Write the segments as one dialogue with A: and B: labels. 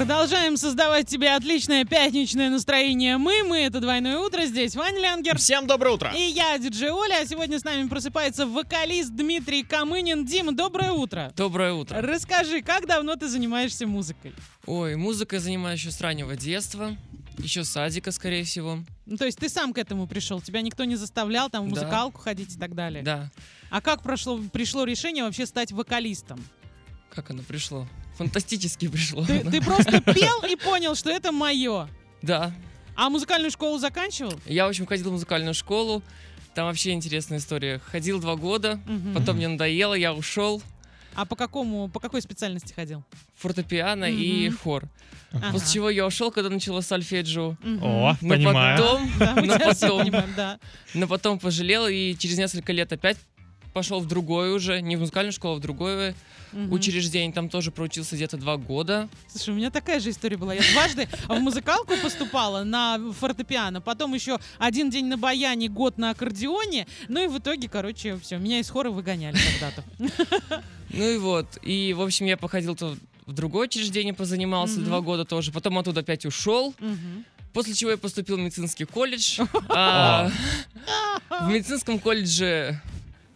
A: Продолжаем создавать тебе отличное пятничное настроение. Мы, мы, это «Двойное утро», здесь Ваня Лянгер.
B: Всем доброе утро.
A: И я, диджей Оля, а сегодня с нами просыпается вокалист Дмитрий Камынин. Дима, доброе утро.
C: Доброе утро.
A: Расскажи, как давно ты занимаешься музыкой?
C: Ой, музыкой занимаюсь еще с раннего детства, еще с садика, скорее всего.
A: Ну, то есть ты сам к этому пришел, тебя никто не заставлял там в
C: Да.
A: музыкалку ходить и так далее.
C: Да.
A: А как прошло, пришло решение вообще стать вокалистом?
C: Как оно пришло? Фантастически пришло.
A: Ты, ты просто пел и понял, что это мое.
C: Да.
A: А музыкальную школу заканчивал?
C: Я, в общем, ходил в музыкальную школу. Там вообще интересная история. Ходил два года,
A: Мгм.
C: потом мне надоело, я ушел.
A: А по какому, по какой специальности ходил?
C: Фортепиано и
A: Мгм.
C: хор.
A: Ага.
C: После чего я ушел, когда начала сальфеджио.
A: Мгм.
B: О,
C: Но
B: понимаю.
C: потом,
A: Да, мы
C: но
A: тебя все
C: потом.
A: понимаем, да.
C: но потом пожалел и через несколько лет опять пошел в другой уже, не в музыкальную школу, а в другое
A: Мгм.
C: учреждение. Там тоже проучился где-то два года.
A: Слушай, у меня такая же история была. Я дважды в музыкалку поступала на фортепиано, потом еще один день на баяне, год на аккордеоне. Ну и в итоге, короче, все. Меня из хора выгоняли когда-то.
C: Ну и вот. И, в общем, я походил то в другое учреждение позанимался
A: Мгм.
C: два года тоже. Потом оттуда опять ушел.
A: Мгм.
C: После чего я поступил в медицинский колледж. А,
A: А.
C: В медицинском колледже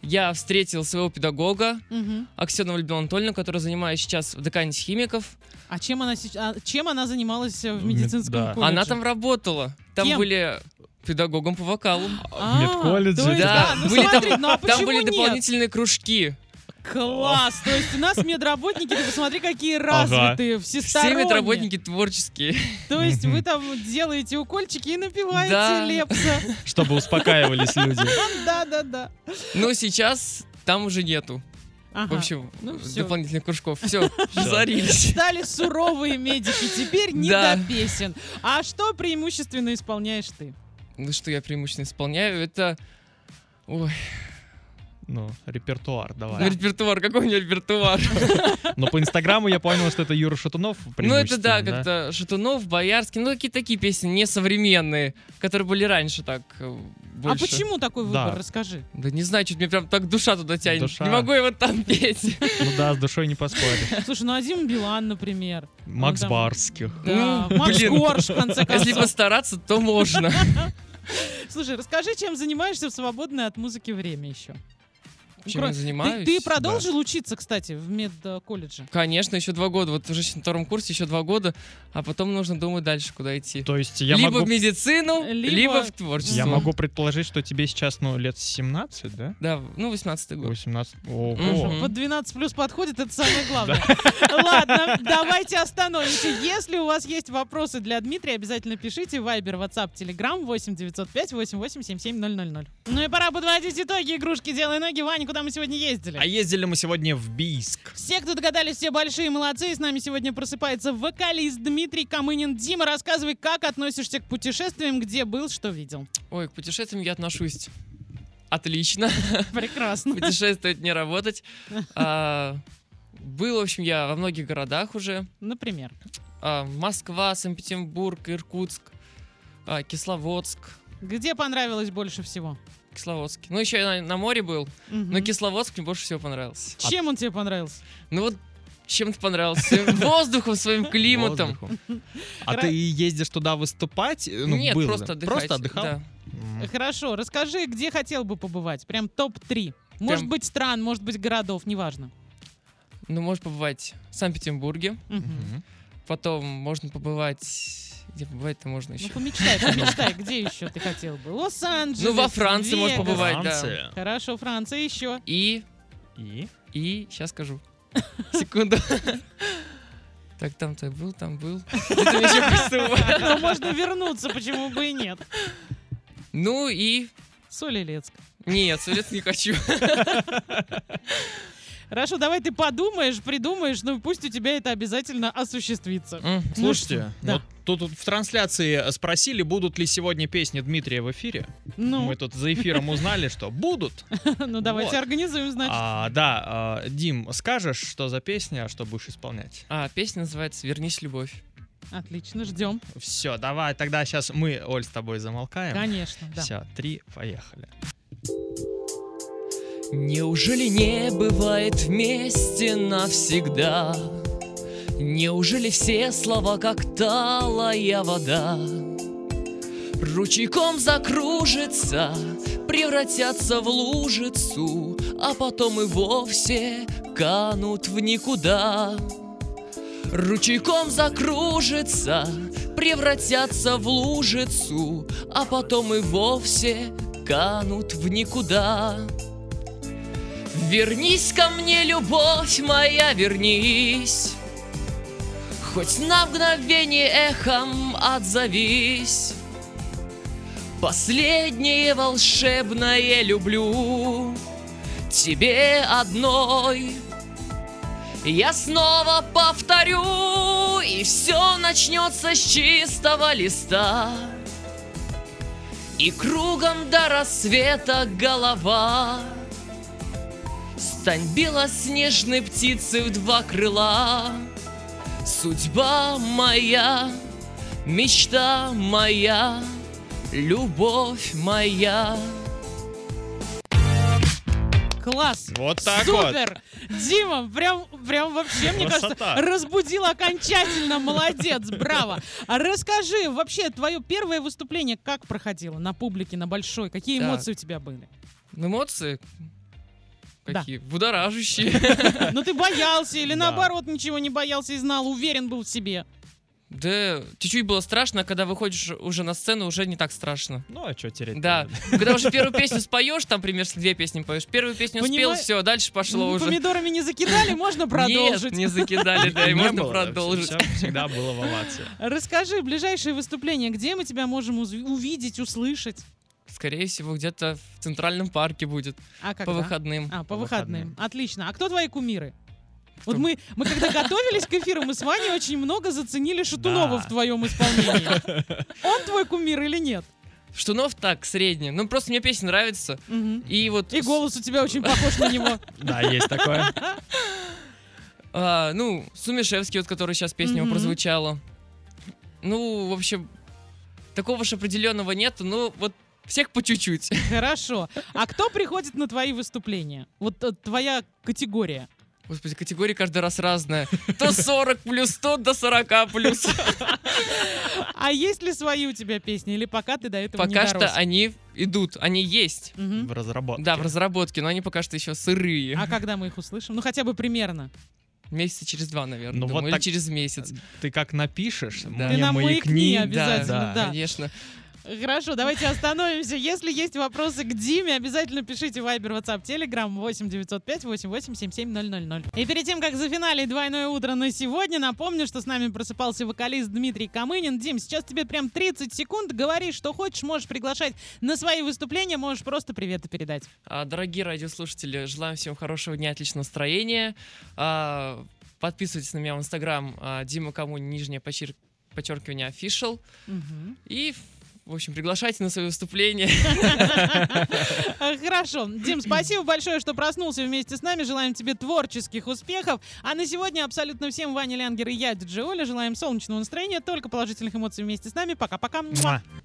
C: я встретил своего педагога,
A: Мгм.
C: Аксенову Людмилу Анатольевну, которая занимаюсь сейчас в деканете химиков.
A: А чем она сейчас- а чем она занималась э, в
B: Мед-
A: медицинском
B: да.
A: колледже?
C: Ну, Она там работала. Там
A: Кем?
C: были педагогом по вокалу.
B: В медколледже.
A: А, то есть,
C: Да,
A: да, ну
C: были там-
A: смотри, ну а
C: Там
A: почему
C: были
A: нет?
C: дополнительные кружки.
A: Класс! То есть у нас медработники, ты посмотри, какие развитые,
C: Все
A: всесторонние.
C: медработники творческие.
A: То есть вы там делаете укольчики и напиваете
C: Да.
A: лепса.
B: Чтобы успокаивались люди.
A: Да-да-да.
C: Но сейчас там уже нету. В
A: Ага.
C: общем,
A: Ну, всё.
C: дополнительных кружков. Все, разорились.
A: Стали суровые медики, теперь не
C: Да.
A: до песен. А что преимущественно исполняешь ты?
C: Ну, что я преимущественно исполняю, это... Ой,
B: Ну, репертуар,
C: ну,
B: давай.
C: репертуар, какой у меня репертуар?
B: Но Ну, по Инстаграму я понял, что это Юра Шатунов
C: Ну, это да,
B: преимущественно,
C: как-то Шатунов, Боярский, ну, какие-то такие песни несовременные, которые были раньше так э, больше.
A: А почему такой
B: Да.
A: выбор? Расскажи.
C: Да не знаю, что-то мне прям так душа туда тянет.
B: Душа.
C: Не могу его там петь.
B: Ну да, с душой не поспоришь.
A: Слушай, ну Азим Билан, например.
B: Макс
A: там-
B: Барских.
A: Да,
C: Ну,
A: Макс
C: блин.
A: Корж, в конце
C: Если
A: концов.
C: постараться, то можно.
A: Слушай, расскажи, чем занимаешься в свободное от музыки время еще.
C: Чем
A: Кро-
C: я
A: Ну, Ты-
C: занимаюсь?
A: Ты, продолжил учиться, кстати, в медколледже?
C: Конечно, еще два года. Вот уже на втором курсе еще два года, а потом нужно думать дальше, куда идти.
B: То есть я
C: либо
B: могу...
C: в медицину,
A: Либо-
C: либо, в творчество.
B: Я могу предположить, что тебе сейчас, ну, лет 17, да?
C: Да, ну, 18-й год.
B: 18.
C: Мгм.
B: Ого.
A: Вот 12 плюс подходит, это самое главное. Ладно, давайте остановимся. Если у вас есть вопросы для Дмитрия, обязательно пишите. Вайбер, WhatsApp, Telegram 8 905 000. Ну и пора подводить итоги игрушки «Делай ноги». Вань, куда мы сегодня ездили?
B: А ездили мы сегодня в Бийск.
A: Все, кто догадались, все большие молодцы. И С нами сегодня просыпается вокалист Дмитрий Камынин. Дима, рассказывай, как относишься к путешествиям, где был, что видел.
C: Ой, к путешествиям я отношусь отлично.
A: Прекрасно.
C: Путешествовать, не работать. А, Был, в общем, я во многих городах уже.
A: Например.
C: А, Москва, Санкт-Петербург, Иркутск, а, Кисловодск.
A: Где понравилось больше всего?
C: Кисловодск. Ну, еще я на, на море был, но
A: Мгм.
C: Кисловодск мне больше всего понравился.
A: Чем он тебе понравился?
C: Ну вот чем-то понравился. Воздухом, своим климатом.
B: Воздуху. А ты ездишь туда выступать? Э, Ну,
C: Нет,
B: было.
C: просто отдыхать.
B: Просто отдыхал?
C: Да.
B: М.
A: Хорошо, расскажи, где хотел бы побывать? Прям топ-3. Может
C: Прям-
A: быть, стран, может быть, городов, неважно.
C: Ну, можно побывать в Санкт-Петербурге.
A: Мгм.
B: Мгм.
C: Потом можно побывать... Где побывать-то можно еще?
A: Ну, помечтай, помечтай, где еще ты хотел бы? Лос-Анджелес.
C: Ну, во Франции может
A: Вегас.
C: побывать, да.
B: Франция.
A: Хорошо, Франция еще.
C: И
B: И?
C: И сейчас скажу. Секунду. Так, там-то был, там был. Где-то мне ещё присылали.
A: Но можно вернуться, почему бы и нет.
C: Ну и...
A: Соль Илецк.
C: Нет, совет не хочу.
A: Хорошо, давай ты подумаешь, придумаешь, ну пусть у тебя это обязательно осуществится.
C: М,
A: Ну
B: Слушайте,
A: что? Да.
B: ну, тут, тут в трансляции спросили, будут ли сегодня песни Дмитрия в эфире.
A: Ну,
B: Мы тут за эфиром узнали, что будут.
A: ну давайте
B: вот.
A: организуем, значит.
B: А, да, а, Дим, скажешь, что за песня, а что будешь исполнять?
C: А, песня называется «Вернись, любовь». А.
A: Отлично, ждем.
B: Все, давай, тогда сейчас мы, Оль, с тобой
C: Эм.
B: замолкаем.
A: Конечно, да.
B: Все, три, поехали.
C: Неужели не бывает вместе навсегда? Неужели все слова, как талая вода, Ручейком закружится, превратятся в лужицу, А потом и вовсе канут в никуда. Ручейком закружится, превратятся в лужицу, А потом и вовсе канут в никуда. Вернись ко мне, любовь моя, вернись. Хоть на мгновение эхом отзовись Последнее волшебное люблю Тебе одной Я снова повторю И все начнется с чистого листа И кругом до рассвета голова Стань белоснежной птицей в два крыла Судьба моя, мечта моя, любовь моя.
A: Класс.
B: Вот так вот.
A: Супер! Дима, прям, прям вообще, мне кажется,
B: Красота.
A: разбудил окончательно. Молодец, браво. А расскажи, вообще, твое первое выступление как проходило на публике, на большой? Какие
C: Так.
A: эмоции у тебя были?
C: Эмоции
A: Да.
C: какие? Будоражащие.
A: Ну ты боялся или
B: Да.
A: наоборот ничего не боялся и знал, уверен был в себе.
C: Да, чуть-чуть было страшно, а когда выходишь уже на сцену, уже не так страшно.
B: Ну, а что тереть?
C: Да, когда уже первую песню споешь, там, примерно, две песни поешь, первую песню успел,
A: Понимаю-
C: все, дальше пошло уже.
A: Помидорами не закидали, можно
C: Нет,
A: продолжить.
C: не закидали, да, и можно продолжить.
B: Всегда было в овации.
A: Расскажи, ближайшие выступления, где мы тебя можем уз- увидеть, услышать?
C: Скорее всего, где-то в Центральном парке будет,
A: А как?
C: по выходным.
A: А, по
B: По
A: выходным.
B: выходным.
A: Отлично. А кто твои кумиры?
C: Кто?
A: Вот мы, мы когда готовились к эфиру, мы с Ваней очень много заценили Шатунова
B: Да.
A: в твоем исполнении. Он твой кумир или нет?
C: Штунов так, средний. Ну, просто мне песня нравится.
A: Мгм.
C: И вот...
A: И голос у тебя очень похож на него.
B: Да, есть такое.
C: А, ну, Сумишевский, вот который сейчас песня его
A: Мгм.
C: прозвучала. Ну, в общем, такого же определенного нету, но вот всех по чуть-чуть.
A: Хорошо. А кто приходит на твои выступления? Вот э, твоя категория.
C: Господи, категория каждый раз разная. То 40 плюс, то до 40 плюс.
A: А есть ли свои у тебя песни? Или пока ты до этого не
C: Пока что
A: дорос?
C: они идут, они есть.
A: Мгм.
B: В разработке.
C: Да, в разработке, но они пока что еще сырые.
A: А когда мы их услышим? Ну хотя бы примерно.
C: Месяца через два, наверное.
B: Ну,
C: думаю,
B: вот
C: или
B: так-
C: через месяц.
B: Ты как напишешь,
C: Да.
A: Ты
B: мне
A: нам маякни
B: маякни.
A: обязательно, да.
C: Конечно.
A: Хорошо, давайте остановимся. Если есть вопросы к Диме, обязательно пишите Viber, WhatsApp, Telegram 8905 8877000. И перед тем, как за двойное утро на сегодня, напомню, что с нами просыпался вокалист Дмитрий Камынин. Дим, сейчас тебе прям 30 секунд. Говори, что хочешь, можешь приглашать на свои выступления, можешь просто приветы передать.
C: А, Дорогие радиослушатели, желаем всем хорошего дня, отличного настроения. А, Подписывайтесь на меня в Инстаграм а, Дима Кому, нижнее почер- подчеркивание official. И, в общем, приглашайте на свои выступления.
A: Хорошо. Дим, спасибо большое, что проснулся вместе с нами. Желаем тебе творческих успехов. А на сегодня абсолютно всем Ваня Лянгер и я, Диджи Оля, желаем солнечного настроения, только положительных эмоций вместе с нами. Пока-пока. Муа.
B: Муа.